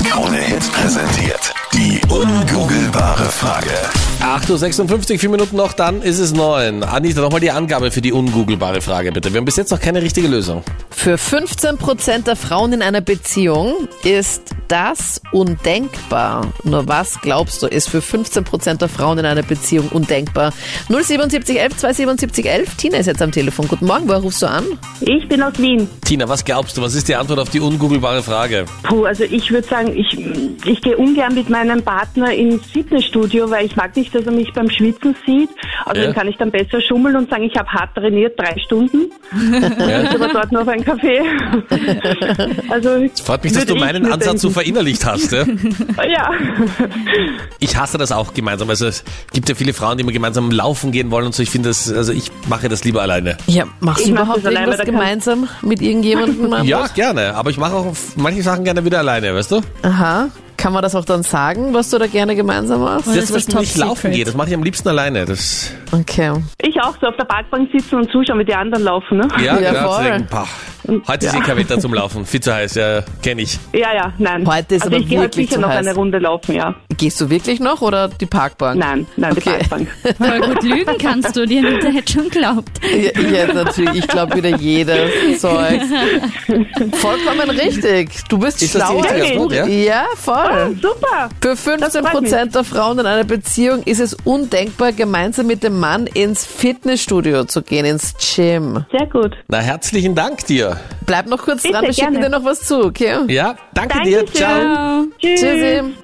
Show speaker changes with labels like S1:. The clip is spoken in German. S1: Fritz präsentiert die ungoogelbare Frage.
S2: 8.56 Uhr, vier Minuten noch, dann ist es neun. Anita, nochmal die Angabe für die ungoogelbare Frage bitte. Wir haben bis jetzt noch keine richtige Lösung.
S3: Für 15% der Frauen in einer Beziehung ist das undenkbar. Nur was glaubst du, ist für 15% der Frauen in einer Beziehung undenkbar? 077 11 277 11. Tina ist jetzt am Telefon. Guten Morgen, woher rufst du an?
S4: Ich bin aus Wien.
S2: Tina, was glaubst du, was ist die Antwort auf die ungoogelbare Frage?
S4: Puh, also ich würde sagen, ich, ich gehe ungern mit meinem Partner ins Fitnessstudio, weil ich mag nicht, dass er mich beim Schwitzen sieht. Also
S2: Ja.
S4: dann kann ich dann besser schummeln und sagen, ich habe hart trainiert, drei Stunden.
S2: Ja?
S4: Ich war dort noch einen Kaffee. also
S2: Freut mich, dass
S4: würde
S2: du
S4: ich
S2: meinen
S4: mir
S2: Ansatz so
S4: denken.
S2: verinnerlicht hast. Ja?
S4: Ja.
S2: Ich hasse das auch gemeinsam. Also es gibt ja viele Frauen, die immer gemeinsam laufen gehen wollen und so. Ich finde das, also ich mache das lieber alleine.
S3: Ja, machst
S4: Ich
S3: du
S4: mach
S3: überhaupt
S4: das alleine,
S3: irgendwas
S4: da kann-
S3: gemeinsam mit irgendjemandem?
S2: Ja, gerne. Aber ich mache auch manche Sachen gerne wieder alleine, weißt du?
S3: Aha. Kann man das auch dann sagen, was du da gerne gemeinsam machst?
S5: Ja.
S2: Das
S5: ist
S2: zum Beispiel
S5: das
S2: nicht
S5: Top
S2: laufen
S5: Secret.
S2: geht, das mache ich am liebsten alleine. Das,
S3: Okay.
S4: Ich auch so auf der Parkbank sitzen und zuschauen, wie die anderen laufen, ne?
S2: ja,
S3: Ja,
S2: genau. zu
S3: voll.
S2: Denken, pah, heute ist eh kein Wetter zum Laufen. Viel zu heiß, ja, kenne ich.
S4: Ja, ja, nein.
S3: Heute ist
S4: also
S3: aber
S4: ich gehe heute
S3: wirklich
S4: sicher
S3: zu
S4: noch
S3: heiß.
S4: eine Runde laufen, ja.
S3: Gehst du wirklich noch oder die Parkbank?
S4: Nein, nein, die
S3: Okay.
S4: Parkbank.
S5: Voll gut lügen kannst du, die Anita hätte schon glaubt.
S3: Ja, ja, natürlich. Ich glaube wieder jedes Zeug. Vollkommen richtig. Du bist
S2: Ist das die
S3: schlau.
S2: richtige
S4: Wirklich?
S2: Antwort, ja?
S3: ja, voll.
S4: Ah, Super.
S3: Für 15
S4: freut mich.
S3: Prozent der Frauen in einer Beziehung ist es undenkbar, gemeinsam mit dem Mann ins Fitnessstudio zu gehen, ins Gym.
S4: Sehr gut.
S2: Na, herzlichen Dank dir.
S3: Bleib noch kurz
S4: Bitte,
S3: dran, wir schicken
S4: gerne.
S3: dir noch was zu, okay?
S2: Ja, danke, dir.
S4: Dankeschön.
S2: Ciao.
S5: Ciao.
S4: Tschüss.
S3: Tschüssi.